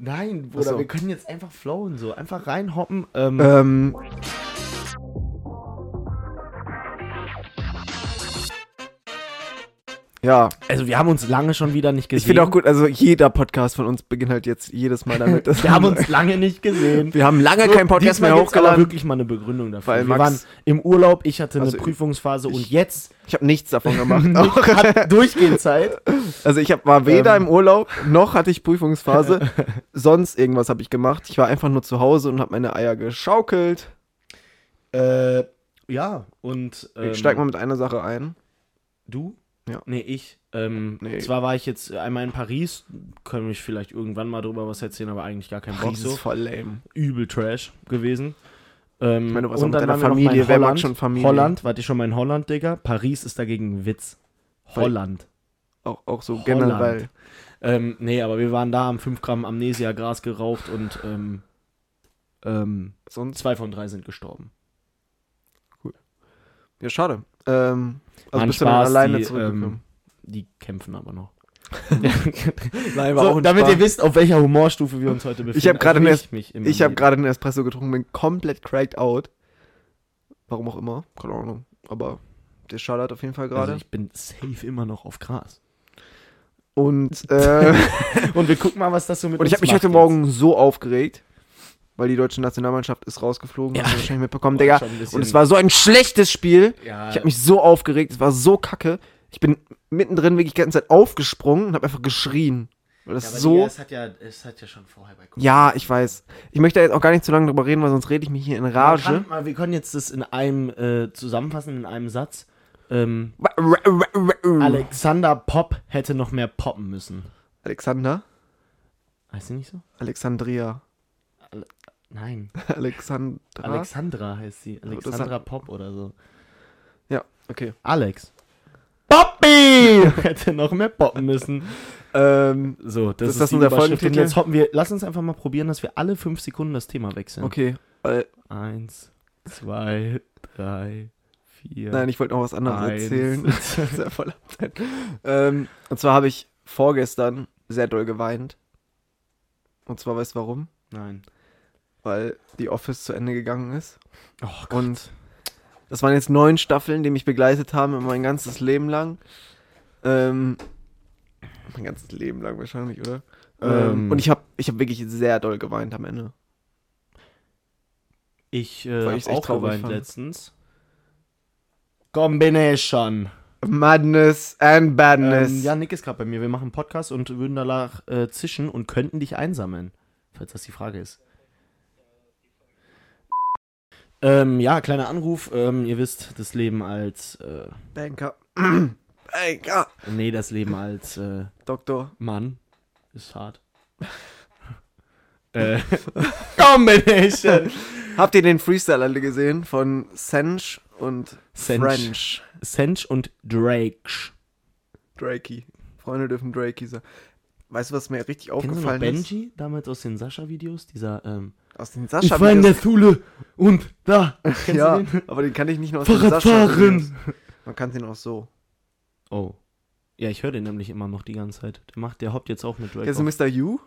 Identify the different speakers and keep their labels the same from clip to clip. Speaker 1: Nein, Bruder,
Speaker 2: so.
Speaker 1: wir können jetzt einfach flowen so. Einfach reinhoppen. Ähm,
Speaker 2: Ähm, ja,
Speaker 1: Also wir haben uns lange schon wieder nicht gesehen.
Speaker 2: ich finde auch gut, also jeder Podcast von uns beginnt halt jetzt jedes Mal damit. dass-
Speaker 1: Wir haben uns lange nicht gesehen.
Speaker 2: wir haben lange keinen Podcast
Speaker 1: diesmal
Speaker 2: mehr
Speaker 1: gibt's aber
Speaker 2: hochgeladen.
Speaker 1: wirklich mal eine Begründung dafür.
Speaker 2: Weil
Speaker 1: wir
Speaker 2: Max-
Speaker 1: waren im Urlaub, ich hatte
Speaker 2: Also,
Speaker 1: eine Prüfungsphase und jetzt
Speaker 2: Ich habe nichts davon gemacht.
Speaker 1: ich hab durchgehend Zeit.
Speaker 2: Also ich hab, war weder
Speaker 1: Ähm.
Speaker 2: im Urlaub, noch hatte ich Prüfungsphase. Sonst irgendwas habe ich gemacht. Ich war einfach nur zu Hause und habe meine Eier geschaukelt.
Speaker 1: Äh, ja, und ähm,
Speaker 2: ich steig mal mit einer Sache ein.
Speaker 1: du?
Speaker 2: Ja.
Speaker 1: Nee, ich. Ähm,
Speaker 2: Nee.
Speaker 1: Zwar war ich jetzt einmal in Paris, können mich vielleicht irgendwann mal drüber was erzählen, aber eigentlich gar kein Bock
Speaker 2: Box
Speaker 1: so.
Speaker 2: ist voll lame.
Speaker 1: Übel Trash gewesen. Ähm,
Speaker 2: Ich meine, du warst auch
Speaker 1: und
Speaker 2: mit
Speaker 1: dann waren
Speaker 2: deiner
Speaker 1: wir noch mal in
Speaker 2: Familie. Wer mag
Speaker 1: Holland.
Speaker 2: schon Familie?
Speaker 1: Holland, wart ihr schon mal in Holland, Digga? Paris ist dagegen ein Witz.
Speaker 2: Weil-
Speaker 1: Holland.
Speaker 2: Auch, auch so
Speaker 1: Holland.
Speaker 2: generell.
Speaker 1: Ähm, nee, aber wir waren da, haben 5 Gramm Amnesia-Gras geraucht und ähm, ähm,
Speaker 2: Sonst,
Speaker 1: zwei von drei sind gestorben.
Speaker 2: ja, schade. Ähm, also
Speaker 1: Mann,
Speaker 2: bist du dann
Speaker 1: Spaß,
Speaker 2: alleine
Speaker 1: die,
Speaker 2: zurückgekommen.
Speaker 1: Die kämpfen aber noch.
Speaker 2: Nein,
Speaker 1: so,
Speaker 2: ein
Speaker 1: damit
Speaker 2: Spaß.
Speaker 1: ihr wisst, auf welcher Humorstufe wir uns heute befinden.
Speaker 2: hab gerade
Speaker 1: also
Speaker 2: eine-
Speaker 1: ich mich immer
Speaker 2: ich habe
Speaker 1: lieb.
Speaker 2: gerade einen Espresso getrunken, bin komplett cracked out. Warum auch immer, keine Ahnung. Aber der Schalat auf jeden Fall gerade.
Speaker 1: Also ich bin safe immer noch auf Gras.
Speaker 2: und äh,
Speaker 1: Und wir gucken mal, was das so mit
Speaker 2: Und ich
Speaker 1: uns
Speaker 2: habe mich
Speaker 1: macht
Speaker 2: heute
Speaker 1: jetzt.
Speaker 2: Morgen so aufgeregt, weil die deutsche Nationalmannschaft ist rausgeflogen. Ja.
Speaker 1: Ja.
Speaker 2: Hast du wahrscheinlich mitbekommen,
Speaker 1: Boah,
Speaker 2: Digga.
Speaker 1: schon ein bisschen-
Speaker 2: Und es war so ein schlechtes Spiel.
Speaker 1: Ja,
Speaker 2: Ich habe mich so aufgeregt, es war so kacke. Ich bin mittendrin wirklich die ganze Zeit aufgesprungen und habe einfach geschrien. Weil das
Speaker 1: ja, aber Digga,
Speaker 2: so.
Speaker 1: es hat ja, es hat ja schon vorher bei Kuh-
Speaker 2: Ja, ich weiß. Ich möchte da jetzt auch gar nicht zu lange drüber reden, weil sonst rede ich mich hier in
Speaker 1: Man
Speaker 2: Rage.
Speaker 1: kann, mal, wir können jetzt das in einem äh, zusammenfassen, in einem Satz. Ähm,
Speaker 2: Hm.
Speaker 1: Alexander Pop hätte noch mehr poppen müssen.
Speaker 2: Alexander?
Speaker 1: Heißt sie nicht so?
Speaker 2: Alexandria.
Speaker 1: Nein.
Speaker 2: Alexandra?
Speaker 1: Alexandra heißt sie.
Speaker 2: das hat-
Speaker 1: Alexandra Pop oder so.
Speaker 2: Ja, okay.
Speaker 1: Alex.
Speaker 2: Bobby!
Speaker 1: Hätte noch mehr poppen müssen.
Speaker 2: ähm,
Speaker 1: So, das,
Speaker 2: Ist
Speaker 1: ist,
Speaker 2: das
Speaker 1: die
Speaker 2: unser
Speaker 1: Überschrift. Und
Speaker 2: Folgentitel?
Speaker 1: jetzt hoppen wir, lass uns einfach mal probieren, dass wir alle fünf Sekunden das Thema wechseln.
Speaker 2: okay. Äh,
Speaker 1: Eins, zwei, drei, vier.
Speaker 2: Nein, ich wollte noch was anderes
Speaker 1: Eins.
Speaker 2: erzählen. Das ist ja voll absurd. ähm, und zwar habe ich vorgestern sehr doll geweint. Und zwar weißt du warum?
Speaker 1: Nein.
Speaker 2: Weil die Office zu Ende gegangen ist.
Speaker 1: Oh Gott.
Speaker 2: Und das waren jetzt neun Staffeln, die mich begleitet haben mein ganzes Leben lang. Ähm, mein ganzes Leben lang wahrscheinlich, oder? Ähm,
Speaker 1: Ähm.
Speaker 2: und ich habe ich hab wirklich sehr doll geweint am Ende.
Speaker 1: Ich äh,
Speaker 2: Weil ich's
Speaker 1: hab
Speaker 2: echt
Speaker 1: auch
Speaker 2: traurig
Speaker 1: geweint
Speaker 2: fand.
Speaker 1: letztens. Combination.
Speaker 2: Madness and Badness.
Speaker 1: Ähm, ja, Nick ist gerade bei mir. Wir machen einen Podcast und würden danach äh, zischen und könnten dich einsammeln, falls das die Frage ist. Ähm, ja, kleiner Anruf. Ähm, ihr wisst, das Leben als. Äh,
Speaker 2: Banker. Banker.
Speaker 1: nee, das Leben als äh,
Speaker 2: Doktor.
Speaker 1: Mann ist hart. äh, Combination!
Speaker 2: Habt ihr den Freestyle alle gesehen von Sench und
Speaker 1: Sench.
Speaker 2: French?
Speaker 1: Sench und Drake.
Speaker 2: Drakey. Freunde dürfen Drakey sein. Weißt du, was mir richtig
Speaker 1: Kennst du noch
Speaker 2: aufgefallen ist?
Speaker 1: Benji damals aus den Sascha-Videos? Dieser, ähm.
Speaker 2: Aus den
Speaker 1: Ich
Speaker 2: sascha
Speaker 1: war in der Schule und da. Kennst
Speaker 2: Ja,
Speaker 1: du den?
Speaker 2: aber den kann ich nicht nur aus den
Speaker 1: Fahrrad
Speaker 2: sascha
Speaker 1: fahren.
Speaker 2: Man kann den auch so.
Speaker 1: Oh. Ja, ich höre den nämlich immer noch die ganze Zeit. Der macht, der hoppt jetzt auch mit Drake.
Speaker 2: Kennst du
Speaker 1: auf.
Speaker 2: Mr. You?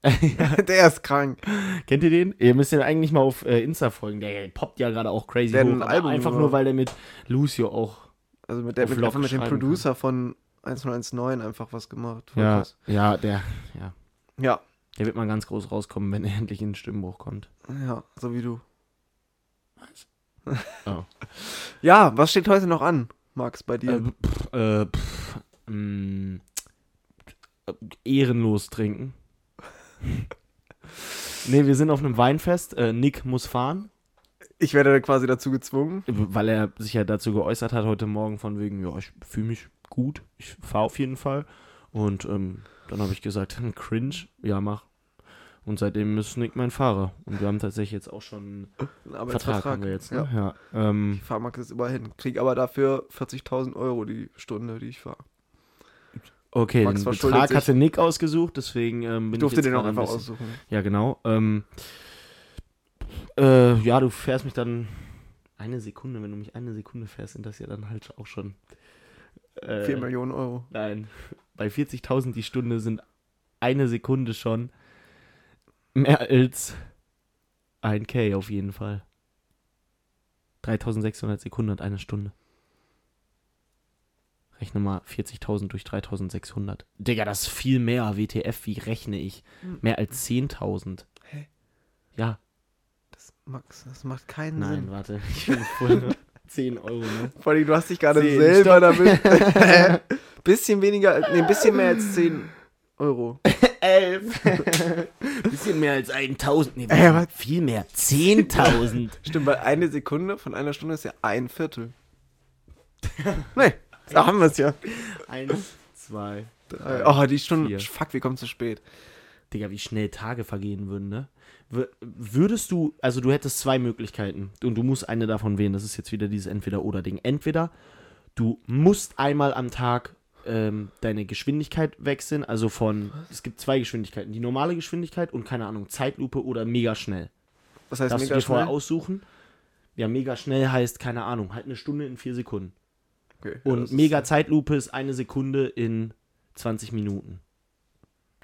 Speaker 2: der ist krank.
Speaker 1: Kennt ihr den? Ihr müsst den eigentlich mal auf äh, Insta folgen. Der poppt ja gerade auch crazy
Speaker 2: Der hat
Speaker 1: hoch.
Speaker 2: ein
Speaker 1: aber
Speaker 2: Album
Speaker 1: einfach
Speaker 2: gemacht.
Speaker 1: nur, weil der mit Lucio auch.
Speaker 2: Also mit, der,
Speaker 1: Auf
Speaker 2: mit,
Speaker 1: Lock
Speaker 2: einfach mit dem
Speaker 1: schreiben kann.
Speaker 2: Producer von 1019 einfach was gemacht. Voll krass.
Speaker 1: ja, der, ja.
Speaker 2: ja.
Speaker 1: Der wird mal ganz groß rauskommen, wenn er endlich in den Stimmbruch kommt.
Speaker 2: Ja, so wie du.
Speaker 1: Oh.
Speaker 2: Ja, was steht heute noch an, Max, bei dir?
Speaker 1: Äh, pff, äh, pff, mm, äh, ehrenlos trinken. nee, wir sind auf einem Weinfest. Äh, Nick muss fahren.
Speaker 2: Ich werde quasi dazu gezwungen.
Speaker 1: weil er sich ja dazu geäußert hat heute Morgen von wegen, ja, ich fühle mich gut, ich fahre auf jeden Fall. Und ähm, dann habe ich gesagt, cringe, ja, mach. Und seitdem ist Nick mein Fahrer. Und wir haben tatsächlich jetzt auch schon einen
Speaker 2: Einen
Speaker 1: Vertrag, haben wir jetzt. Ne? Ja. Ähm,
Speaker 2: Ich fahre Max jetzt überall hin, krieg aber dafür 40.000 Euro die Stunde, die ich fahre.
Speaker 1: okay,
Speaker 2: Max
Speaker 1: den
Speaker 2: verschuldet
Speaker 1: Betrag
Speaker 2: sich.
Speaker 1: hatte Nick ausgesucht, deswegen ähm, bin
Speaker 2: Ich
Speaker 1: ich
Speaker 2: durfte
Speaker 1: jetzt
Speaker 2: den auch
Speaker 1: gerade ein
Speaker 2: einfach
Speaker 1: bisschen-
Speaker 2: aussuchen.
Speaker 1: Ja, genau. Ähm, äh, ja, du fährst mich dann eine Sekunde, wenn du mich eine Sekunde fährst, sind das ja dann halt auch schon äh,
Speaker 2: 4 Millionen Euro.
Speaker 1: Nein, bei 40.000 die Stunde sind eine Sekunde schon Mehr als 1K auf jeden Fall. 3600 Sekunden und eine Stunde. Rechne mal 40.000 durch 3600. Digga, das ist viel mehr. WTF, wie rechne ich? Mehr als 10.000.
Speaker 2: Hä?
Speaker 1: Ja,
Speaker 2: Das, Max, das macht keinen
Speaker 1: nein,
Speaker 2: Sinn.
Speaker 1: warte. Ich bin voll 10 Euro, ne?
Speaker 2: Vor allem, du hast dich gerade
Speaker 1: Zehn,
Speaker 2: selber
Speaker 1: stopp.
Speaker 2: damit. bisschen weniger, nee, ein bisschen mehr als 10 Euro.
Speaker 1: 11. Bisschen mehr als 1000. Nee,
Speaker 2: Ey, Äh, was?
Speaker 1: viel mehr. 10.000.
Speaker 2: Stimmt, weil eine Sekunde von einer Stunde ist ja ein Viertel. nee, da haben wir es ja.
Speaker 1: Eins, zwei, drei.
Speaker 2: Oh, die Stunde.
Speaker 1: Vier.
Speaker 2: Fuck, wir kommen zu spät.
Speaker 1: Digga, wie schnell Tage vergehen würden, ne? Wür- Würdest du, also du hättest zwei Möglichkeiten und du musst eine davon wählen. Das ist jetzt wieder dieses Entweder-Oder-Ding. Entweder du musst einmal am Tag ähm, deine Geschwindigkeit wechseln, also von, es gibt zwei Geschwindigkeiten, die normale Geschwindigkeit und keine Ahnung, Zeitlupe oder mega schnell.
Speaker 2: Was heißt
Speaker 1: Darfst du
Speaker 2: mega
Speaker 1: dir vorher
Speaker 2: schnell?
Speaker 1: aussuchen? Ja, mega schnell heißt, keine Ahnung, halt eine Stunde in vier Sekunden.
Speaker 2: Okay, ja,
Speaker 1: Und
Speaker 2: das ist-
Speaker 1: mega Zeitlupe ist eine Sekunde in 20 Minuten.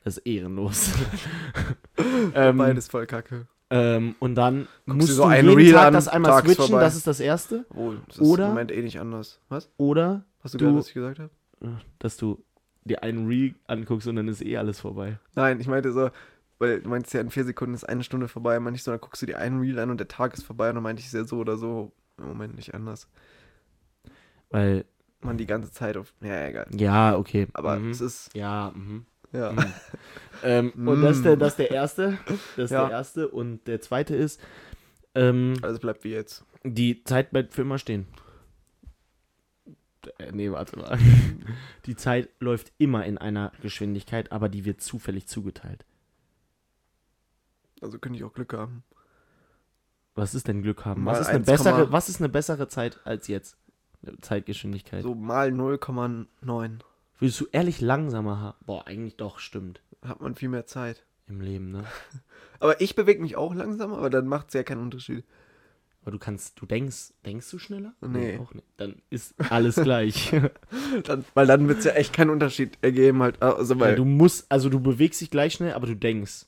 Speaker 1: Das ist ehrenlos. ähm,
Speaker 2: Beides voll kacke.
Speaker 1: ähm, und dann
Speaker 2: Guckst
Speaker 1: musst
Speaker 2: dir so
Speaker 1: du
Speaker 2: einen
Speaker 1: jeden
Speaker 2: Reel
Speaker 1: Tag
Speaker 2: an,
Speaker 1: das einmal
Speaker 2: tags
Speaker 1: switchen,
Speaker 2: vorbei.
Speaker 1: das ist das Erste.
Speaker 2: Obwohl, das ist
Speaker 1: Oder-
Speaker 2: im Moment eh nicht anders. Was?
Speaker 1: Oder
Speaker 2: Hast du,
Speaker 1: Du-
Speaker 2: gehört, was ich gesagt habe?
Speaker 1: dass du dir einen Reel anguckst und dann ist eh alles vorbei.
Speaker 2: Nein, ich meinte so, weil du meinst ja, in vier Sekunden ist eine Stunde vorbei. Meinte ich so, dann guckst du dir einen Reel an und der Tag ist vorbei. Und dann meinte ich, ist ja so oder so im Moment nicht anders.
Speaker 1: Weil,
Speaker 2: Man, die ganze Zeit auf. Ja, egal.
Speaker 1: ja, okay.
Speaker 2: Aber
Speaker 1: mhm.
Speaker 2: es ist.
Speaker 1: Ja, mhm.
Speaker 2: Ja.
Speaker 1: Mhm. ähm, Und das ist, der, das ist der erste. Das ist
Speaker 2: Mm. Ja.
Speaker 1: der erste. Und der zweite ist, ähm,
Speaker 2: Also bleibt wie jetzt.
Speaker 1: Die Zeit bleibt für immer stehen. Äh, nee, warte mal. Die Zeit läuft immer in einer Geschwindigkeit, aber die wird zufällig zugeteilt.
Speaker 2: Also könnte ich auch Glück haben.
Speaker 1: Was ist denn Glück haben?
Speaker 2: Mal
Speaker 1: Was ist eine
Speaker 2: 1,8.
Speaker 1: bessere, was ist eine bessere Zeit als jetzt? Eine Zeitgeschwindigkeit.
Speaker 2: So mal 0,9
Speaker 1: Würdest du ehrlich langsamer haben? Boah, eigentlich doch, stimmt.
Speaker 2: hat man viel mehr Zeit.
Speaker 1: Im Leben, ne?
Speaker 2: Aber ich bewege mich auch langsam, aber dann macht es ja keinen Unterschied.
Speaker 1: Aber du kannst, du denkst, denkst du schneller?
Speaker 2: Nee.
Speaker 1: auch nicht. Dann ist alles gleich.
Speaker 2: Dann, weil dann wird es ja echt keinen Unterschied ergeben. Halt. Also, weil
Speaker 1: Ja, du musst, also du bewegst dich gleich schnell, aber du denkst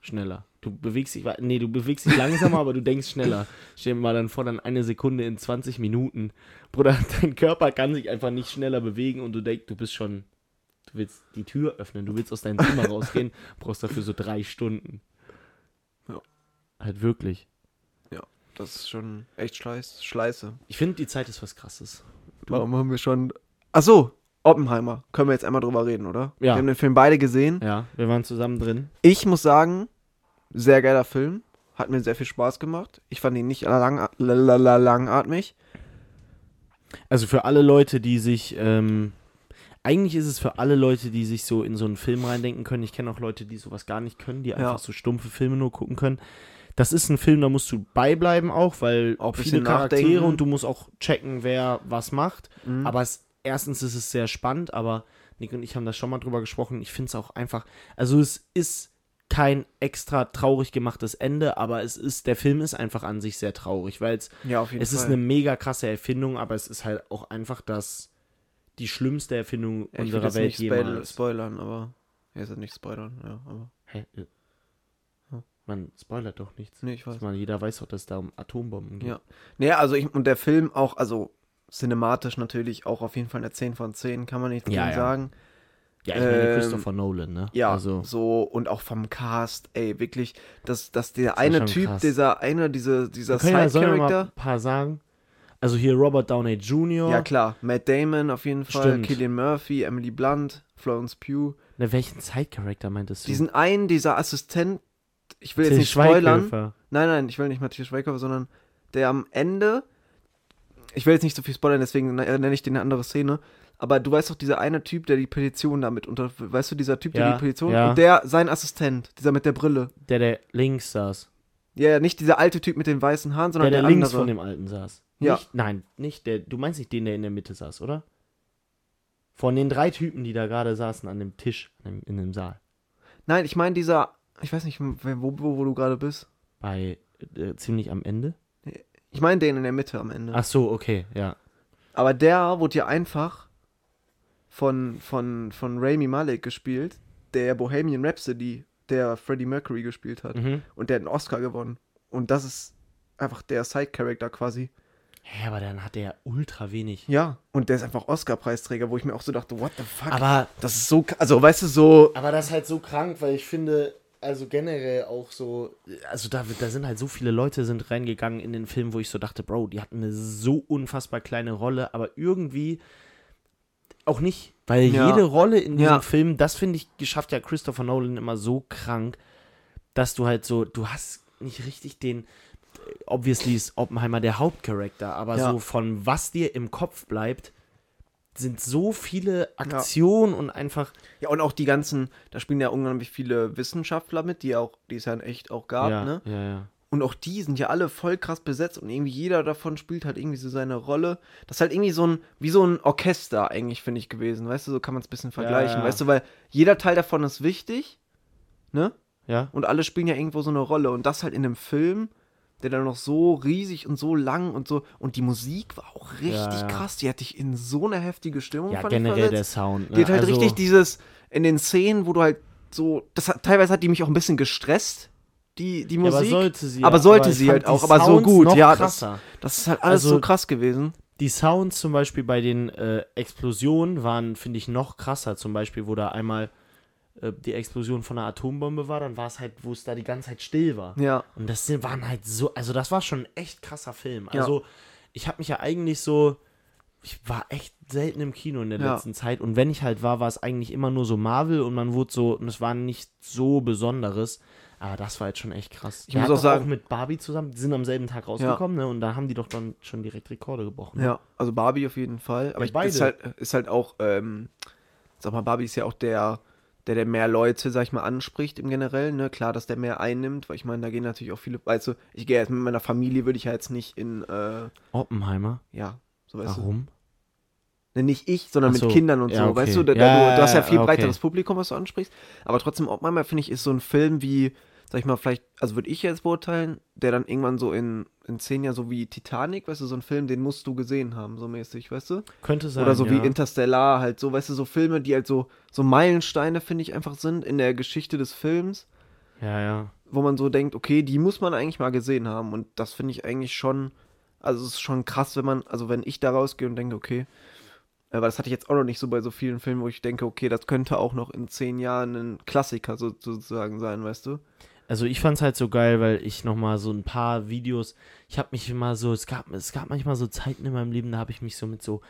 Speaker 1: schneller. Du bewegst dich, wa- nee, du bewegst dich langsamer, aber du denkst schneller. Stell dir mal dann vor, dann eine Sekunde in 20 Minuten. Bruder, dein Körper kann sich einfach nicht schneller bewegen und du denkst, du bist schon, du willst die Tür öffnen, du willst aus deinem Zimmer rausgehen, brauchst dafür so drei Stunden.
Speaker 2: Ja.
Speaker 1: Halt wirklich.
Speaker 2: das ist schon echt Schleiß, Schleiße.
Speaker 1: Ich finde, die Zeit ist was Krasses.
Speaker 2: Warum haben wir schon. Ach so, Oppenheimer. Können wir jetzt einmal drüber reden, oder?
Speaker 1: Ja.
Speaker 2: Wir haben den Film beide gesehen.
Speaker 1: Ja, wir waren zusammen drin.
Speaker 2: Ich muss sagen, sehr geiler Film. Hat mir sehr viel Spaß gemacht. Ich fand ihn nicht lang, lalala langatmig.
Speaker 1: Also für alle Leute, die sich, ähm, eigentlich ist es für alle Leute, die sich so in so einen Film reindenken können. Ich kenne auch Leute, die sowas gar nicht können, die einfach so stumpfe Filme nur gucken können. Das ist ein Film, da musst du beibleiben auch, weil
Speaker 2: Auch ein
Speaker 1: viele
Speaker 2: bisschen
Speaker 1: Charaktere
Speaker 2: nachdenken.
Speaker 1: und du musst auch checken, wer was macht.
Speaker 2: Mhm.
Speaker 1: Aber es, erstens ist es sehr spannend, aber Nick und ich haben da schon mal drüber gesprochen. Ich finde es auch einfach, also es ist kein extra traurig gemachtes Ende, aber es ist, der Film ist einfach an sich sehr traurig, weil es
Speaker 2: Ja, auf jeden
Speaker 1: es
Speaker 2: Fall.
Speaker 1: ist eine mega krasse Erfindung, aber es ist halt auch einfach das die schlimmste Erfindung
Speaker 2: ja, ich will
Speaker 1: unserer
Speaker 2: jetzt
Speaker 1: Welt
Speaker 2: nicht spoil-
Speaker 1: jemals.
Speaker 2: spoilern, aber. Ja, ist nicht spoilern, ja, aber.
Speaker 1: Hä? Äh. Man spoilert doch nichts.
Speaker 2: Hm. Nee, ich weiß.
Speaker 1: Ich meine, jeder weiß doch, dass es da um Atombomben geht.
Speaker 2: Ja. Nee, also ich, und der Film auch, also cinematisch natürlich auch auf jeden Fall eine 10 von 10, kann man nicht
Speaker 1: Ja, ja.
Speaker 2: sagen.
Speaker 1: Ja, ich meine
Speaker 2: Ähm,
Speaker 1: Christopher Nolan, ne?
Speaker 2: Ja,
Speaker 1: Also,
Speaker 2: so und auch vom Cast, ey, wirklich, dass, dass der
Speaker 1: war
Speaker 2: eine
Speaker 1: schon
Speaker 2: Typ,
Speaker 1: krass.
Speaker 2: dieser eine, diese, dieser
Speaker 1: okay, ja, sollen wir mal
Speaker 2: Side-Character,
Speaker 1: ein paar sagen? Also hier Robert Downey Jr.
Speaker 2: ja klar, Matt Damon auf jeden Fall,
Speaker 1: Stimmt.
Speaker 2: Killian Murphy, Emily Blunt, Florence Pugh,
Speaker 1: ne, welchen Zeitcharakter meintest du?
Speaker 2: diesen einen, dieser Assistent, ich will jetzt
Speaker 1: Till
Speaker 2: nicht spoilern,
Speaker 1: Schweighöfer.
Speaker 2: Nein, nein, ich will nicht Matthias Schweighöfer, sondern der am Ende. Ich will jetzt nicht so viel spoilern, deswegen n- äh, nenne ich den eine andere Szene. Aber du weißt doch, dieser eine Typ, der die Petition damit unter. Weißt du, dieser Typ, der
Speaker 1: Ja,
Speaker 2: die Petition.
Speaker 1: ja.
Speaker 2: Und der, sein Assistent, dieser mit der Brille.
Speaker 1: Der, der links saß.
Speaker 2: Ja, ja, nicht dieser alte Typ mit den weißen Haaren,
Speaker 1: Der,
Speaker 2: sondern
Speaker 1: der,
Speaker 2: der,
Speaker 1: links
Speaker 2: andere.
Speaker 1: von dem Alten saß.
Speaker 2: Ja.
Speaker 1: Nicht, nein, nicht der. Du meinst nicht den, der in der Mitte saß, oder? Von den drei Typen, die da gerade saßen an dem Tisch an dem, in dem Saal.
Speaker 2: nein, ich meine, dieser. Ich weiß nicht, wer- wo, wo, wo du gerade bist.
Speaker 1: Bei äh, ziemlich am Ende.
Speaker 2: Ich meine den in der Mitte am Ende.
Speaker 1: Ach so, okay, ja.
Speaker 2: Aber der wurde ja einfach von, von, von Rami Malek gespielt, der Bohemian Rhapsody der Freddie Mercury gespielt hat.
Speaker 1: Mhm.
Speaker 2: Und der hat einen Oscar gewonnen. Und das ist einfach der Side-Character quasi.
Speaker 1: Hä, aber dann hat er ja ultra wenig.
Speaker 2: Ja. Und der ist einfach Oscar-Preisträger, wo ich mir auch so dachte, what the fuck?
Speaker 1: Aber
Speaker 2: das ist so, k- also weißt du, so.
Speaker 1: Aber das ist halt so krank, weil ich finde, also generell auch so, also da, da sind halt so viele Leute sind reingegangen in den Film, wo ich so dachte, Bro, die hatten eine so unfassbar kleine Rolle, aber irgendwie auch nicht, weil
Speaker 2: Ja.
Speaker 1: jede Rolle in diesem
Speaker 2: Ja.
Speaker 1: Film, das finde ich, geschafft ja Christopher Nolan immer so krank, dass du halt so, du hast nicht richtig den, obviously ist Oppenheimer der Hauptcharakter, aber
Speaker 2: Ja.
Speaker 1: so von was dir im Kopf bleibt, sind so viele Aktionen und einfach
Speaker 2: Ja, und auch die ganzen, da spielen ja unglaublich viele Wissenschaftler mit, die auch, die es ja in echt auch gab,
Speaker 1: ja,
Speaker 2: ne?
Speaker 1: ja, ja.
Speaker 2: Und auch die sind ja alle voll krass besetzt und irgendwie jeder davon spielt halt irgendwie so seine Rolle. Das ist halt irgendwie so ein, wie so ein Orchester eigentlich, finde ich, gewesen. Weißt du, so kann man es ein bisschen vergleichen.
Speaker 1: ja.
Speaker 2: Weißt du, weil jeder Teil davon ist wichtig, ne?
Speaker 1: Ja.
Speaker 2: Und alle spielen ja irgendwo so eine Rolle. Und das halt in einem Film, der dann noch so riesig und so lang und so. Und die Musik war auch richtig
Speaker 1: Ja, ja.
Speaker 2: krass. Die hat dich in so eine heftige Stimmung
Speaker 1: Ja,
Speaker 2: fand ich,
Speaker 1: generell
Speaker 2: versetzt.
Speaker 1: der Sound. Ne?
Speaker 2: Die hat halt
Speaker 1: also,
Speaker 2: richtig dieses, in den Szenen, wo du halt so, das hat, teilweise hat die mich auch ein bisschen gestresst, die, die
Speaker 1: Ja,
Speaker 2: Musik.
Speaker 1: aber sollte sie,
Speaker 2: aber sollte
Speaker 1: ich
Speaker 2: sie
Speaker 1: fand
Speaker 2: halt
Speaker 1: die
Speaker 2: auch, aber so
Speaker 1: Sounds
Speaker 2: gut,
Speaker 1: noch
Speaker 2: ja, das-
Speaker 1: Krasser.
Speaker 2: das ist halt alles
Speaker 1: also-
Speaker 2: so krass gewesen.
Speaker 1: Die Sounds zum Beispiel bei den äh, Explosionen waren, finde ich, noch krasser. Zum Beispiel, wo da einmal äh, die Explosion von einer Atombombe war, dann war es halt, wo es da die ganze Zeit still war.
Speaker 2: Ja,
Speaker 1: Und das sind- waren halt so, also das war schon ein echt krasser Film.
Speaker 2: Ja.
Speaker 1: Also ich habe mich ja eigentlich so, ich war echt selten im Kino in der
Speaker 2: Ja.
Speaker 1: letzten Zeit und wenn ich halt war, war es eigentlich immer nur so Marvel und man wurde so, und es war nicht so Besonderes. Aber das war halt schon echt krass.
Speaker 2: Ich
Speaker 1: Der
Speaker 2: muss
Speaker 1: hat
Speaker 2: auch
Speaker 1: doch
Speaker 2: sagen-
Speaker 1: auch mit Barbie zusammen, die sind am selben Tag rausgekommen, ne? Und da haben die doch dann schon direkt Rekorde gebrochen.
Speaker 2: ja, also Barbie auf jeden Fall. Aber
Speaker 1: Ja,
Speaker 2: ich,
Speaker 1: beide.
Speaker 2: ist, halt, ist halt auch, ähm, sag mal, Barbie ist ja auch der, der, der mehr Leute, sag ich mal, anspricht im Generellen. Ne? Klar, dass der mehr einnimmt, weil ich meine, da gehen natürlich auch viele, weißt du, ich gehe jetzt mit meiner Familie, würde ich ja jetzt nicht in, äh,
Speaker 1: Oppenheimer,
Speaker 2: ja, so weißt du.
Speaker 1: warum?
Speaker 2: Ne, nicht ich, sondern
Speaker 1: Ach so.
Speaker 2: mit Kindern und
Speaker 1: Ja,
Speaker 2: so,
Speaker 1: okay.
Speaker 2: weißt du? Da, da,
Speaker 1: Ja,
Speaker 2: du, du hast ja viel
Speaker 1: okay.
Speaker 2: breiteres Publikum, was du ansprichst. Aber trotzdem, Oppenheimer, finde ich, ist so ein Film wie, sag ich mal, vielleicht, also würde ich jetzt beurteilen, der dann irgendwann so in, in zehn Jahren, so wie Titanic, weißt du, so ein Film, den musst du gesehen haben, so mäßig, weißt du?
Speaker 1: Könnte sein.
Speaker 2: Oder so
Speaker 1: ja.
Speaker 2: wie Interstellar halt, so, weißt du, so Filme, die halt so, so Meilensteine, finde ich, einfach sind in der Geschichte des Films,
Speaker 1: Ja, ja.
Speaker 2: wo man so denkt, okay, die muss man eigentlich mal gesehen haben. Und das finde ich eigentlich schon, also es ist schon krass, wenn man, also wenn ich da rausgehe und denke, okay, aber das hatte ich jetzt auch noch nicht so bei so vielen Filmen, wo ich denke, okay, das könnte auch noch in zehn Jahren ein Klassiker so, sozusagen sein, weißt du?
Speaker 1: Also ich fand's halt so geil, weil ich noch mal so ein paar Videos, ich habe mich immer so, es gab, es gab manchmal so Zeiten in meinem Leben, da habe ich mich so mit so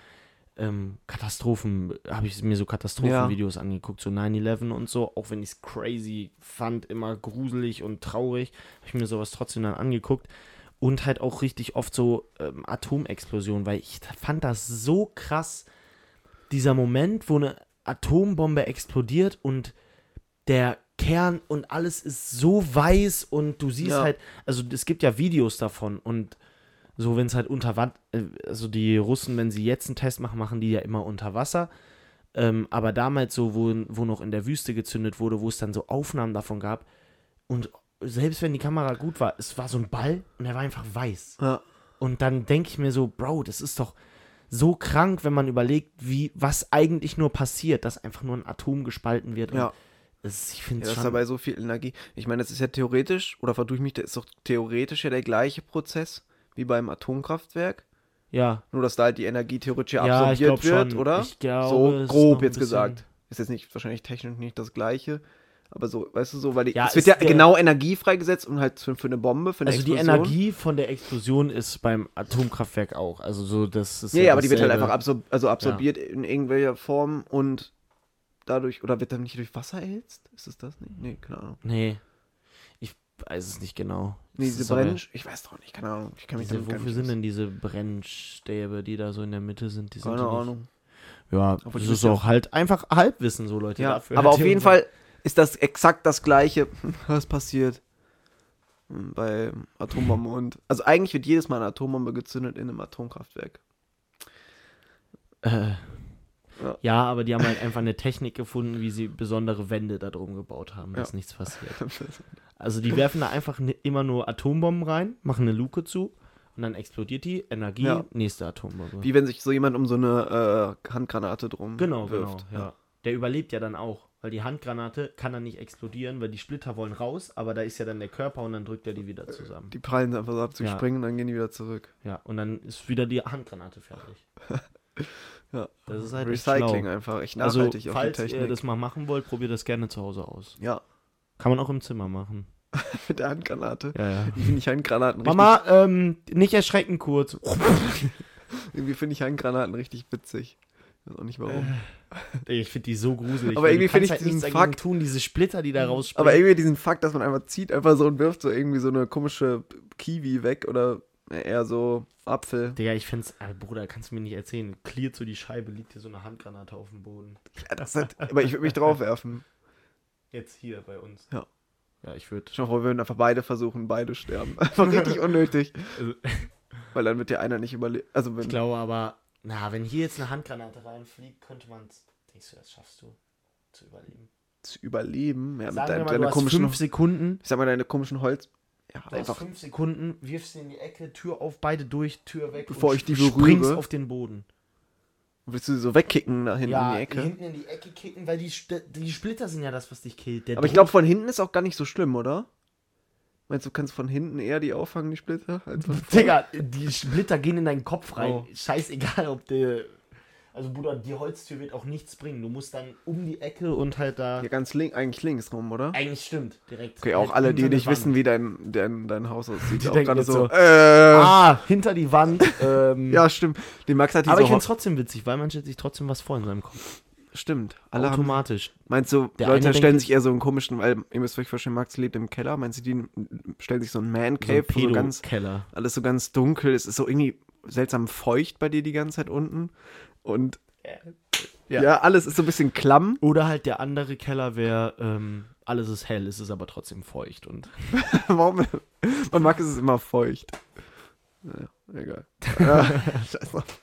Speaker 1: ähm, Katastrophen, habe ich mir so Katastrophenvideos angeguckt, so 9-11 und so, auch wenn ich's crazy fand, immer gruselig und traurig, habe ich mir sowas trotzdem dann angeguckt und halt auch richtig oft so ähm, Atomexplosionen, weil ich fand das so krass, dieser Moment, wo eine Atombombe explodiert und der Kern und alles ist so weiß und du siehst
Speaker 2: Ja.
Speaker 1: halt, also es gibt ja Videos davon und so, wenn es halt unter Wand, äh, also die Russen, wenn sie jetzt einen Test machen, machen die ja immer unter Wasser. Ähm, aber damals so, wo, wo noch in der Wüste gezündet wurde, wo es dann so Aufnahmen davon gab und selbst wenn die Kamera gut war, es war so ein Ball und er war einfach weiß.
Speaker 2: Ja.
Speaker 1: Und dann denke ich mir so, Bro, das ist doch so krank, wenn man überlegt, wie, was eigentlich nur passiert, dass einfach nur ein Atom gespalten wird.
Speaker 2: Ja.
Speaker 1: Und es, ich finde
Speaker 2: Ja,
Speaker 1: es
Speaker 2: das ist
Speaker 1: schon.
Speaker 2: dabei so viel Energie. Ich meine, das ist ja theoretisch, oder verdue ich mich, das ist doch theoretisch ja der gleiche Prozess wie beim Atomkraftwerk.
Speaker 1: ja,
Speaker 2: Nur, dass da halt die Energie theoretisch ja,
Speaker 1: Ja, ich
Speaker 2: absorbiert
Speaker 1: glaub
Speaker 2: wird,
Speaker 1: schon.
Speaker 2: oder?
Speaker 1: Ich glaube, es
Speaker 2: so
Speaker 1: ist noch
Speaker 2: grob
Speaker 1: ein
Speaker 2: jetzt
Speaker 1: bisschen-
Speaker 2: gesagt. Ist jetzt nicht wahrscheinlich technisch nicht das gleiche, aber so, weißt du, so, weil die,
Speaker 1: Ja,
Speaker 2: es wird
Speaker 1: ist
Speaker 2: ja
Speaker 1: der-
Speaker 2: genau Energie freigesetzt und halt für, für eine Bombe, für eine
Speaker 1: also die
Speaker 2: Explosion.
Speaker 1: Energie von der Explosion ist beim Atomkraftwerk auch. Also so, das ist.
Speaker 2: Ja, ja, aber die wird halt
Speaker 1: dasselbe.
Speaker 2: einfach absor also absorbiert in irgendwelcher Form und dadurch, oder wird dann nicht durch Wasser erhitzt? Ist es das nicht? Nee, keine Ahnung.
Speaker 1: Nee. Ich weiß es nicht genau.
Speaker 2: Nee,
Speaker 1: Es
Speaker 2: diese
Speaker 1: ist aber-
Speaker 2: Brenn... Ich weiß doch nicht, keine Ahnung. Ich kann mich
Speaker 1: Diese,
Speaker 2: damit gar
Speaker 1: wofür
Speaker 2: nicht
Speaker 1: sind
Speaker 2: aus-
Speaker 1: denn diese Brennstäbe, die da so in der Mitte sind? Die sind die
Speaker 2: Keine
Speaker 1: nicht-
Speaker 2: Ahnung.
Speaker 1: Ja,
Speaker 2: Aber
Speaker 1: das
Speaker 2: die
Speaker 1: ist
Speaker 2: wissen ja-
Speaker 1: auch halt einfach Halbwissen, so Leute.
Speaker 2: Ja,
Speaker 1: dafür
Speaker 2: aber
Speaker 1: hat
Speaker 2: auf jeden
Speaker 1: irgendwer-
Speaker 2: Fall ist das exakt das Gleiche, was passiert ähm, bei Atombomben und also eigentlich wird jedes Mal eine Atombombe gezündet in einem Atomkraftwerk.
Speaker 1: Äh,
Speaker 2: Ja.
Speaker 1: ja. aber die haben halt einfach eine Technik gefunden, wie sie besondere Wände da drum gebaut haben, dass
Speaker 2: Ja.
Speaker 1: nichts passiert. Also die werfen da einfach ne, immer nur Atombomben rein, machen eine Luke zu und dann explodiert die Energie,
Speaker 2: Ja.
Speaker 1: nächste Atombombe.
Speaker 2: Wie wenn sich so jemand um so eine äh, Handgranate drum
Speaker 1: genau,
Speaker 2: wirft.
Speaker 1: genau. Ja. Der überlebt ja dann auch. Weil die Handgranate kann dann nicht explodieren, weil die Splitter wollen raus, aber da ist ja dann der Körper und dann drückt er die wieder zusammen.
Speaker 2: Die prallen einfach so ab, sie
Speaker 1: Ja.
Speaker 2: springen und dann gehen Äh, die wieder zurück.
Speaker 1: Ja, und dann ist wieder die Handgranate fertig.
Speaker 2: Ja.
Speaker 1: Das ist halt echt
Speaker 2: Recycling
Speaker 1: schlau.
Speaker 2: einfach, echt
Speaker 1: Also,
Speaker 2: nachhaltig auf die
Speaker 1: falls ihr
Speaker 2: Technik.
Speaker 1: das mal machen wollt, probiert das gerne zu Hause aus.
Speaker 2: ja,
Speaker 1: Kann man auch im Zimmer machen.
Speaker 2: mit der Handgranate.
Speaker 1: Ja, ja.
Speaker 2: Irgendwie finde ich Handgranaten
Speaker 1: Mama, ähm, nicht erschrecken kurz.
Speaker 2: richtig, irgendwie finde ich Handgranaten richtig witzig. Ich weiß auch nicht warum.
Speaker 1: Ich finde die so gruselig.
Speaker 2: Aber
Speaker 1: weil
Speaker 2: irgendwie
Speaker 1: du kannst
Speaker 2: find ich
Speaker 1: halt nichts
Speaker 2: diesen
Speaker 1: dagegen
Speaker 2: Fakt-
Speaker 1: tun, diese Splitter, die da rausspringen.
Speaker 2: Aber irgendwie diesen Fakt, dass man einfach zieht, einfach so und wirft so irgendwie so eine komische Kiwi weg oder äh, eher so Apfel.
Speaker 1: Digga, ich find's, äh, Bruder, kannst du mir nicht erzählen. Clear zu die Scheibe, liegt hier so eine Handgranate auf dem Boden.
Speaker 2: Ja, das hat, aber ich würde mich drauf werfen.
Speaker 1: Jetzt hier bei uns.
Speaker 2: Ja.
Speaker 1: Ja, ich würde.
Speaker 2: Schon mal vor, wir würden einfach beide versuchen, beide sterben. Einfach richtig unnötig.
Speaker 1: Also-
Speaker 2: Weil dann wird ja einer nicht überleben. Also
Speaker 1: Ich
Speaker 2: wenn,
Speaker 1: glaube aber, na, wenn hier jetzt eine Handgranate reinfliegt, könnte man's. Denkst du, das schaffst du zu überleben?
Speaker 2: zu überleben, ja, mit
Speaker 1: Sagen wir
Speaker 2: deinem,
Speaker 1: mal, du
Speaker 2: deiner
Speaker 1: hast
Speaker 2: komischen,
Speaker 1: fünf Sekunden.
Speaker 2: ich sag mal, deine komischen Holz, ja,
Speaker 1: Du hast
Speaker 2: einfach,
Speaker 1: fünf Sekunden, wirfst sie in die Ecke, Tür auf, beide durch, Tür weg.
Speaker 2: Bevor
Speaker 1: und
Speaker 2: ich die
Speaker 1: springst
Speaker 2: berühre.
Speaker 1: auf den Boden.
Speaker 2: willst du sie so wegkicken nach hinten
Speaker 1: ja,
Speaker 2: in die Ecke?
Speaker 1: hinten in die Ecke kicken, weil die, Spl- die Splitter sind ja das, was dich killt. Der
Speaker 2: Aber ich
Speaker 1: Druck-
Speaker 2: glaube, von hinten ist auch gar nicht so schlimm, oder? Meinst du, kannst von hinten eher die auffangen, die Splitter, als von vorne?
Speaker 1: Digga, die Splitter gehen in deinen Kopf rein.
Speaker 2: Oh.
Speaker 1: Scheißegal, ob der. Also, Bruder, die Holztür wird auch nichts bringen. Du musst dann um die Ecke und halt da.
Speaker 2: Ja, ganz links, eigentlich links rum, oder?
Speaker 1: Eigentlich stimmt, direkt.
Speaker 2: Okay, auch
Speaker 1: Halt
Speaker 2: alle,
Speaker 1: hinter
Speaker 2: die
Speaker 1: eine
Speaker 2: nicht
Speaker 1: Wand.
Speaker 2: wissen, wie dein, dein, dein Haus aussieht,
Speaker 1: Die
Speaker 2: auch
Speaker 1: denken
Speaker 2: gerade
Speaker 1: jetzt
Speaker 2: so,
Speaker 1: so,
Speaker 2: äh,
Speaker 1: Ah, hinter die Wand. Ähm,
Speaker 2: ja, stimmt. Die Max hat die
Speaker 1: aber ich
Speaker 2: so,
Speaker 1: find's trotzdem witzig, weil man stellt sich trotzdem was vor in seinem Kopf.
Speaker 2: stimmt,
Speaker 1: Ähm,
Speaker 2: alle haben,
Speaker 1: Automatisch.
Speaker 2: meinst du,
Speaker 1: Der eine
Speaker 2: Leute stellen
Speaker 1: denkt-
Speaker 2: sich eher so einen komischen, weil, ihr müsst euch vorstellen, Max lebt im Keller, meinst du, die n- stellen sich so einen Man-Cave, wo so ganz,
Speaker 1: Keller.
Speaker 2: alles so ganz dunkel, es ist so irgendwie seltsam feucht bei dir die ganze Zeit unten und
Speaker 1: Ja.
Speaker 2: ja, alles ist so ein bisschen klamm.
Speaker 1: Oder halt der andere Keller wäre, ähm, alles ist hell, es ist aber trotzdem feucht und
Speaker 2: Warum? Bei Max ist es immer feucht. Ja, egal. Ja, scheiß drauf.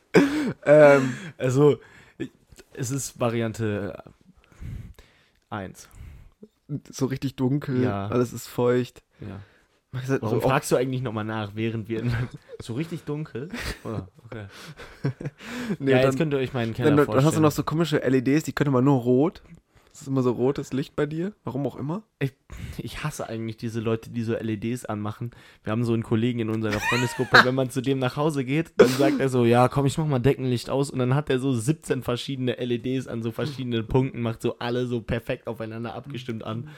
Speaker 2: ähm,
Speaker 1: Also, ich- es ist Variante äh, 1.
Speaker 2: so richtig dunkel,
Speaker 1: Ja.
Speaker 2: alles ist feucht.
Speaker 1: Ja. Also
Speaker 2: Max hat
Speaker 1: Warum
Speaker 2: so Also auch,
Speaker 1: fragst du eigentlich nochmal nach, während wir in so richtig dunkel? Oh, okay.
Speaker 2: nee,
Speaker 1: ja,
Speaker 2: dann,
Speaker 1: jetzt könnt ihr euch meinen Keller
Speaker 2: dann, dann,
Speaker 1: vorstellen.
Speaker 2: hast du noch so komische LEDs, die können immer nur rot. Das ist immer so rotes Licht bei dir, warum auch immer.
Speaker 1: ich hasse eigentlich diese Leute, die so LEDs anmachen. Wir haben so einen Kollegen in unserer Freundesgruppe, wenn man zu dem nach Hause geht, dann sagt er so, ja, komm, ich mach mal Deckenlicht aus und dann hat er so 17 verschiedene LEDs an so verschiedenen Punkten, macht so alle so perfekt aufeinander abgestimmt an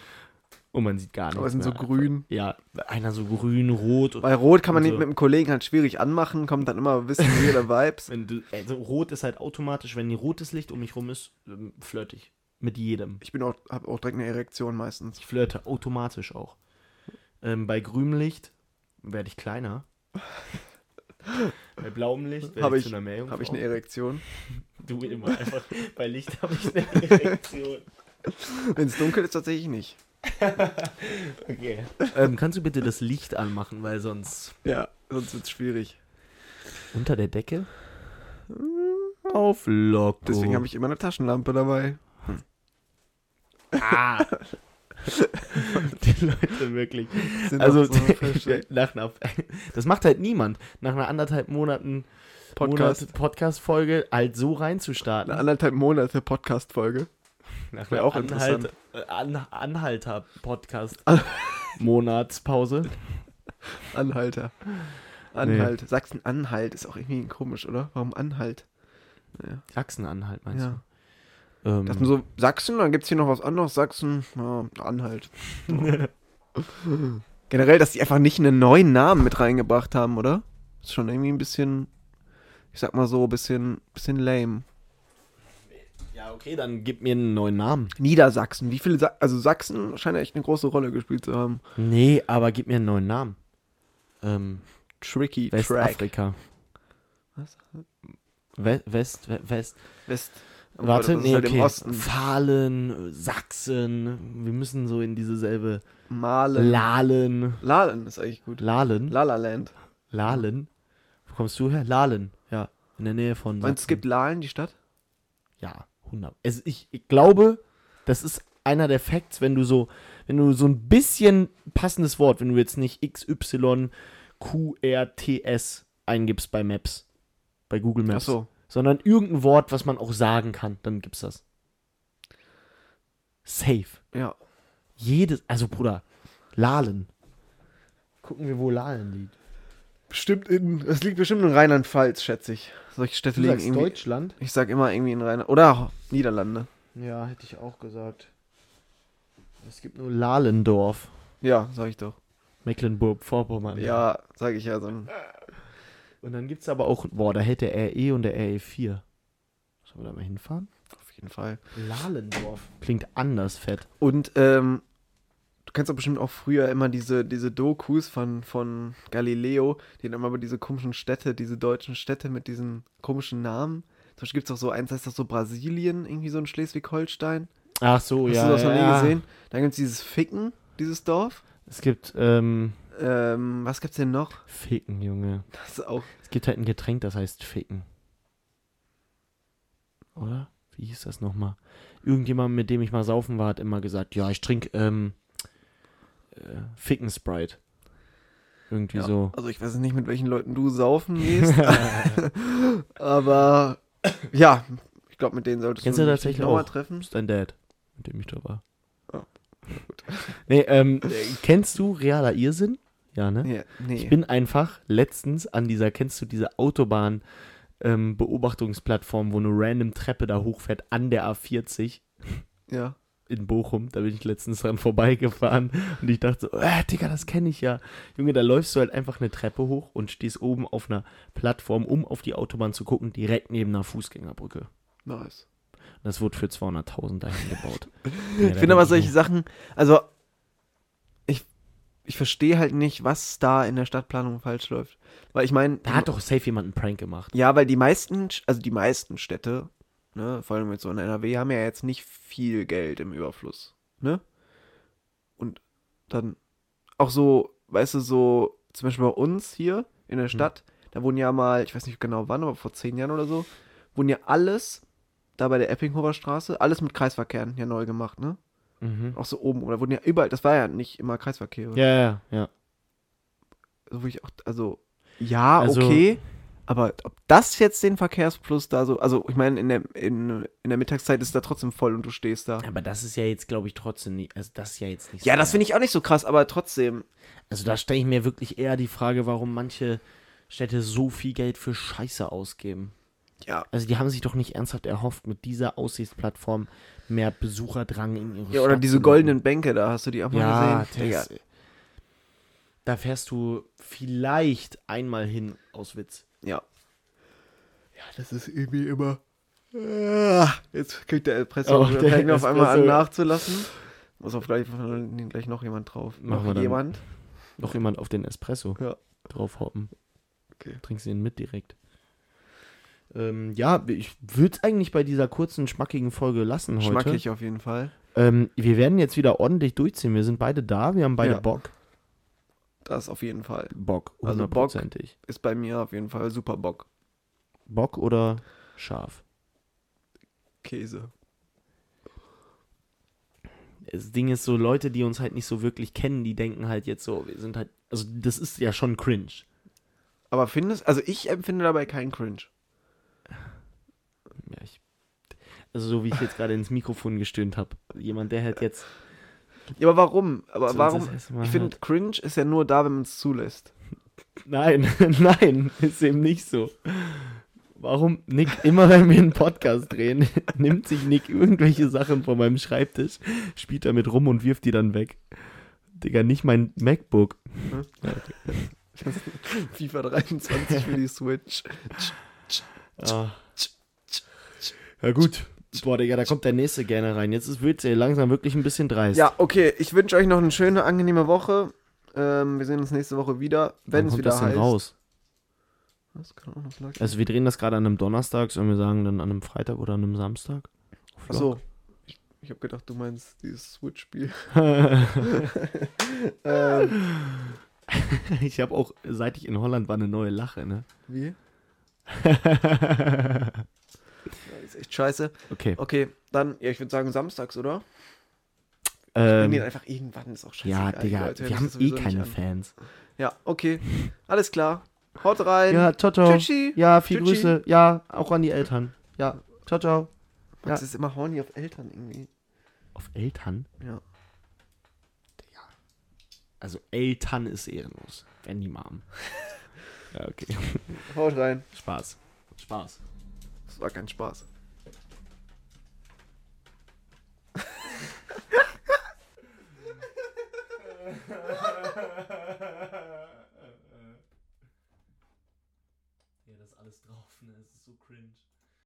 Speaker 1: und man sieht gar nichts
Speaker 2: Aber es sind so
Speaker 1: mehr.
Speaker 2: grün.
Speaker 1: Ja, einer so grün, rot und
Speaker 2: Weil rot kann man
Speaker 1: Und
Speaker 2: nicht
Speaker 1: so.
Speaker 2: mit dem Kollegen halt schwierig anmachen, kommt dann immer ein bisschen weirde Vibes.
Speaker 1: Wenn du, also rot ist halt automatisch, wenn rotes Licht um mich rum ist, ähm, flirte ich. Mit jedem.
Speaker 2: Ich bin auch, hab auch direkt eine Erektion meistens.
Speaker 1: Ich flirte automatisch auch. Ähm, bei grünem Licht werde ich kleiner. Bei blauem Licht werde
Speaker 2: Habe
Speaker 1: ich,
Speaker 2: ich-
Speaker 1: zu einer Meerjungfrau.
Speaker 2: Habe ich eine Erektion.
Speaker 1: Du immer einfach. Bei Licht habe ich eine Erektion.
Speaker 2: Wenn es dunkel ist, tatsächlich nicht.
Speaker 1: Okay. Ähm, kannst du bitte das Licht anmachen, weil sonst
Speaker 2: Ja, sonst wird es schwierig.
Speaker 1: unter der Decke auf Loco.
Speaker 2: Deswegen habe ich immer eine Taschenlampe dabei.
Speaker 1: ah. die Leute wirklich.
Speaker 2: Sind
Speaker 1: Also,
Speaker 2: auch so feste
Speaker 1: nach einer, das macht halt niemand. Nach einer anderthalb Monaten
Speaker 2: Podcast.
Speaker 1: Monat- Podcast-Folge halt so reinzustarten.
Speaker 2: Eine anderthalb Monate Podcast-Folge.
Speaker 1: nach
Speaker 2: wär
Speaker 1: einer
Speaker 2: auch
Speaker 1: Anhalt,
Speaker 2: interessant.
Speaker 1: äh, An, Anhalter-Podcast. Monatspause.
Speaker 2: Anhalter. Anhalt. Sachsen-Anhalt ist auch irgendwie komisch, oder? Warum Anhalt?
Speaker 1: Sachsen-Anhalt meinst
Speaker 2: Ja.
Speaker 1: du? Ähm,
Speaker 2: Das sind so Sachsen, dann gibt es hier noch was anderes. Sachsen, ja, Anhalt. Generell, dass die einfach nicht einen neuen Namen mit reingebracht haben, oder? Ist schon irgendwie ein bisschen, ich sag mal so, ein bisschen, bisschen lame.
Speaker 1: ja, okay, dann gib mir einen neuen Namen.
Speaker 2: Niedersachsen, wie viele, Sa also Sachsen scheint echt eine große Rolle gespielt zu haben.
Speaker 1: Nee, aber gib mir einen neuen Namen. Ähm,
Speaker 2: Tricky Track.
Speaker 1: Westafrika.
Speaker 2: Was?
Speaker 1: We West, we West.
Speaker 2: West. Aber
Speaker 1: Warte,
Speaker 2: das ist
Speaker 1: nee,
Speaker 2: halt
Speaker 1: okay.
Speaker 2: im Osten.
Speaker 1: Fahlen, Sachsen. Wir müssen so in diese selbe.
Speaker 2: Malen.
Speaker 1: Lalen.
Speaker 2: Lalen ist eigentlich gut.
Speaker 1: Lalen?
Speaker 2: La La Land.
Speaker 1: Lalen? Wo kommst du her? Lalen, ja. In der Nähe von.
Speaker 2: Meinst du, es
Speaker 1: Sachsen.
Speaker 2: gibt Lalen, die Stadt?
Speaker 1: Ja, 100. Also ich, ich glaube, das ist einer der Facts, wenn du so, wenn du so ein bisschen passendes Wort, wenn du jetzt nicht XYQRTS eingibst bei Maps, bei Google
Speaker 2: Ach
Speaker 1: Maps,
Speaker 2: so.
Speaker 1: sondern irgendein Wort, was man auch sagen kann, dann gibt's das. Safe.
Speaker 2: Ja.
Speaker 1: Jedes, also Bruder, Lalen. Gucken wir, wo Lalen liegt.
Speaker 2: Bestimmt in. Es liegt bestimmt in Rheinland-Pfalz, schätze ich. Solche Städte
Speaker 1: Du
Speaker 2: liegen
Speaker 1: sagst
Speaker 2: irgendwie.
Speaker 1: Deutschland?
Speaker 2: Ich sag immer irgendwie in Rheinland. Oder Niederlande.
Speaker 1: Ja, hätte ich auch gesagt. Es gibt nur Lahlendorf.
Speaker 2: Ja, sag ich doch.
Speaker 1: Mecklenburg-Vorpommern.
Speaker 2: Ja, sag ich ja so. ein-
Speaker 1: Und dann gibt es aber auch, boah, da hätte RE und der RE4. Sollen wir da mal hinfahren?
Speaker 2: Auf jeden Fall.
Speaker 1: Lahlendorf. Klingt anders fett.
Speaker 2: Und ähm, du kennst doch bestimmt auch früher immer diese, diese Dokus von, von Galileo, die dann immer über diese komischen Städte, diese deutschen Städte mit diesen komischen Namen. Zum Beispiel gibt es auch so eins, heißt das so Brasilien, irgendwie so in Schleswig-Holstein.
Speaker 1: Ach so,
Speaker 2: Hast
Speaker 1: Oh ja.
Speaker 2: du das
Speaker 1: ja,
Speaker 2: noch nie
Speaker 1: ja.
Speaker 2: gesehen? Dann gibt es dieses Ficken, dieses Dorf.
Speaker 1: Es gibt, ähm,
Speaker 2: Ähm, was gibt's denn noch?
Speaker 1: Ficken, Junge.
Speaker 2: Das ist auch.
Speaker 1: Es gibt halt ein Getränk, das heißt Ficken. Oder? Wie hieß das nochmal? Irgendjemand, mit dem ich mal saufen war, hat immer gesagt, ja, ich trinke, ähm, äh, Ficken Sprite. Irgendwie
Speaker 2: Ja,
Speaker 1: so.
Speaker 2: Also ich weiß nicht, mit welchen Leuten du saufen gehst. aber ja, ich glaube, mit denen solltest
Speaker 1: Kennst
Speaker 2: du
Speaker 1: du
Speaker 2: dich
Speaker 1: tatsächlich
Speaker 2: genauer
Speaker 1: auch?
Speaker 2: treffen.
Speaker 1: ist dein Dad, mit dem ich da war.
Speaker 2: Ah,
Speaker 1: nee, ähm, äh, kennst du realer Irrsinn? Ja, ne?
Speaker 2: Ja, nee.
Speaker 1: Ich bin einfach letztens an dieser, kennst du diese Autobahn ähm, Beobachtungsplattform, wo eine random Treppe da hochfährt an der A40
Speaker 2: ja.
Speaker 1: in Bochum, da bin ich letztens dran vorbeigefahren und ich dachte so, äh, Digga, das kenne ich ja. Junge, da läufst du halt einfach eine Treppe hoch und stehst oben auf einer Plattform, um auf die Autobahn zu gucken, direkt neben einer Fußgängerbrücke.
Speaker 2: Nice.
Speaker 1: Das wurde für 200.000 dahin gebaut.
Speaker 2: Ich finde aber solche Sachen, also ich, ich verstehe halt nicht, was da in der Stadtplanung falsch läuft. Weil ich meine,
Speaker 1: Da hat doch safe jemand einen Prank gemacht.
Speaker 2: ja, weil die meisten, also die meisten Städte, ne, vor allem jetzt so in NRW, haben ja jetzt nicht viel Geld im Überfluss, ne? Und dann auch so, weißt du, so zum Beispiel bei uns hier in der Stadt, da wurden ja mal, ich weiß nicht genau wann, aber vor zehn Jahren oder so, wurden ja alles, da bei der Eppinghofer Straße, alles mit Kreisverkehren ja neu gemacht, ne?
Speaker 1: Mhm.
Speaker 2: auch so oben oder wurden ja überall, das war ja nicht immer Kreisverkehr.
Speaker 1: Ja, ja, ja.
Speaker 2: So, wo ich auch, also, ja,
Speaker 1: Also-
Speaker 2: okay, aber ob das jetzt den Verkehrsfluss da so, also ich meine, in der, in, in der Mittagszeit ist da trotzdem voll und du stehst da.
Speaker 1: Aber das ist ja jetzt, glaube ich, trotzdem nicht. Also, das ist ja jetzt nicht
Speaker 2: Ja, das finde ich auch nicht so krass, aber trotzdem.
Speaker 1: Also, da stelle ich mir wirklich eher die Frage, warum manche Städte so viel Geld für Scheiße ausgeben.
Speaker 2: Ja.
Speaker 1: Also, die haben sich doch nicht ernsthaft erhofft, mit dieser Aussichtsplattform mehr Besucherdrang in ihre
Speaker 2: Ja, oder
Speaker 1: Stadt
Speaker 2: diese
Speaker 1: zu locken.
Speaker 2: goldenen Bänke da, hast du die auch mal
Speaker 1: ne? Ja,
Speaker 2: gesehen?
Speaker 1: das, da fährst du vielleicht einmal hin aus Witz.
Speaker 2: Ja. Ja, das ist irgendwie immer. Ah, Jetzt kriegt der Espresso,
Speaker 1: Oh,
Speaker 2: fängt
Speaker 1: der
Speaker 2: mir auf einmal an
Speaker 1: Espresso.
Speaker 2: nachzulassen. Muss auch gleich, gleich noch jemand drauf.
Speaker 1: Machen wir
Speaker 2: noch
Speaker 1: dann.
Speaker 2: jemand.
Speaker 1: Noch jemand auf den Espresso
Speaker 2: Ja.
Speaker 1: draufhoppen.
Speaker 2: Okay.
Speaker 1: Trinkst den mit direkt. Ähm, ja, ich würde es eigentlich bei dieser kurzen, schmackigen Folge lassen heute.
Speaker 2: Schmackig auf jeden Fall.
Speaker 1: Ähm, wir werden jetzt wieder ordentlich durchziehen. Wir sind beide da, wir haben beide
Speaker 2: Ja.
Speaker 1: Bock.
Speaker 2: Das auf jeden Fall.
Speaker 1: Bock,
Speaker 2: Also Bock.
Speaker 1: hundertprozentig.
Speaker 2: Ist bei mir auf jeden Fall super Bock.
Speaker 1: Bock oder scharf.
Speaker 2: Käse.
Speaker 1: Das Ding ist so, Leute, die uns halt nicht so wirklich kennen, die denken halt jetzt so, wir sind halt, also das ist ja schon cringe.
Speaker 2: Aber findest, also ich empfinde dabei keinen Cringe.
Speaker 1: Ja, ich, also so wie ich jetzt gerade ins Mikrofon gestöhnt habe. Jemand, der halt jetzt...
Speaker 2: Ja, aber warum? Aber
Speaker 1: zu uns das
Speaker 2: warum?
Speaker 1: erste Mal
Speaker 2: Ich finde, Cringe ist ja nur da, wenn man es zulässt.
Speaker 1: Nein, nein, ist eben nicht so. Warum Nick, immer wenn wir einen Podcast drehen, nimmt sich Nick irgendwelche Sachen von meinem Schreibtisch, spielt damit rum und wirft die dann weg. Digga, nicht mein MacBook.
Speaker 2: FIFA 23 für die Switch.
Speaker 1: Ah. Ja gut. Boah, Digga, da kommt der nächste gerne rein. Jetzt ist- wird's ja langsam wirklich ein bisschen dreist.
Speaker 2: Ja, okay. Ich wünsche euch noch eine schöne, angenehme Woche. Ähm, wir sehen uns nächste Woche wieder, wenn
Speaker 1: Wann
Speaker 2: es
Speaker 1: kommt
Speaker 2: wieder
Speaker 1: das denn
Speaker 2: heißt.
Speaker 1: raus?
Speaker 2: Das kann auch noch lag-
Speaker 1: Also wir drehen das gerade an einem Donnerstag, sollen wir sagen, dann an einem Freitag oder an einem Samstag? Auf
Speaker 2: Ach so. Ich, ich habe gedacht, du meinst dieses Switch-Spiel. ähm,
Speaker 1: Vlog. Ich habe auch, seit ich in Holland war, eine neue Lache, ne?
Speaker 2: wie? Ja, ist echt scheiße.
Speaker 1: okay.
Speaker 2: Okay, dann, ja, ich würde sagen samstags, oder? Nimm den
Speaker 1: Ähm,
Speaker 2: einfach irgendwann, ist auch
Speaker 1: ja,
Speaker 2: scheißegal. Die
Speaker 1: Digga,
Speaker 2: Leute hören
Speaker 1: wir
Speaker 2: sich
Speaker 1: haben
Speaker 2: das
Speaker 1: eh
Speaker 2: sowieso nicht
Speaker 1: keine
Speaker 2: an.
Speaker 1: Fans.
Speaker 2: Ja, okay. Alles klar. Haut rein.
Speaker 1: Ja, ciao, ciao.
Speaker 2: Tschüssi.
Speaker 1: Ja, viel
Speaker 2: Tschüssi.
Speaker 1: Grüße. Ja, auch an die Eltern. Ja, ciao, ciao.
Speaker 2: Max
Speaker 1: ja.
Speaker 2: ist immer horny auf Eltern irgendwie.
Speaker 1: auf Eltern.
Speaker 2: Ja.
Speaker 1: Digga. Also Eltern ist ehrenlos. Wenn die Mom. ja, okay.
Speaker 2: Haut rein.
Speaker 1: Spaß. Spaß.
Speaker 2: Das war kein Spaß.
Speaker 1: Ja, das ist alles drauf, ne? Es ist so cringe.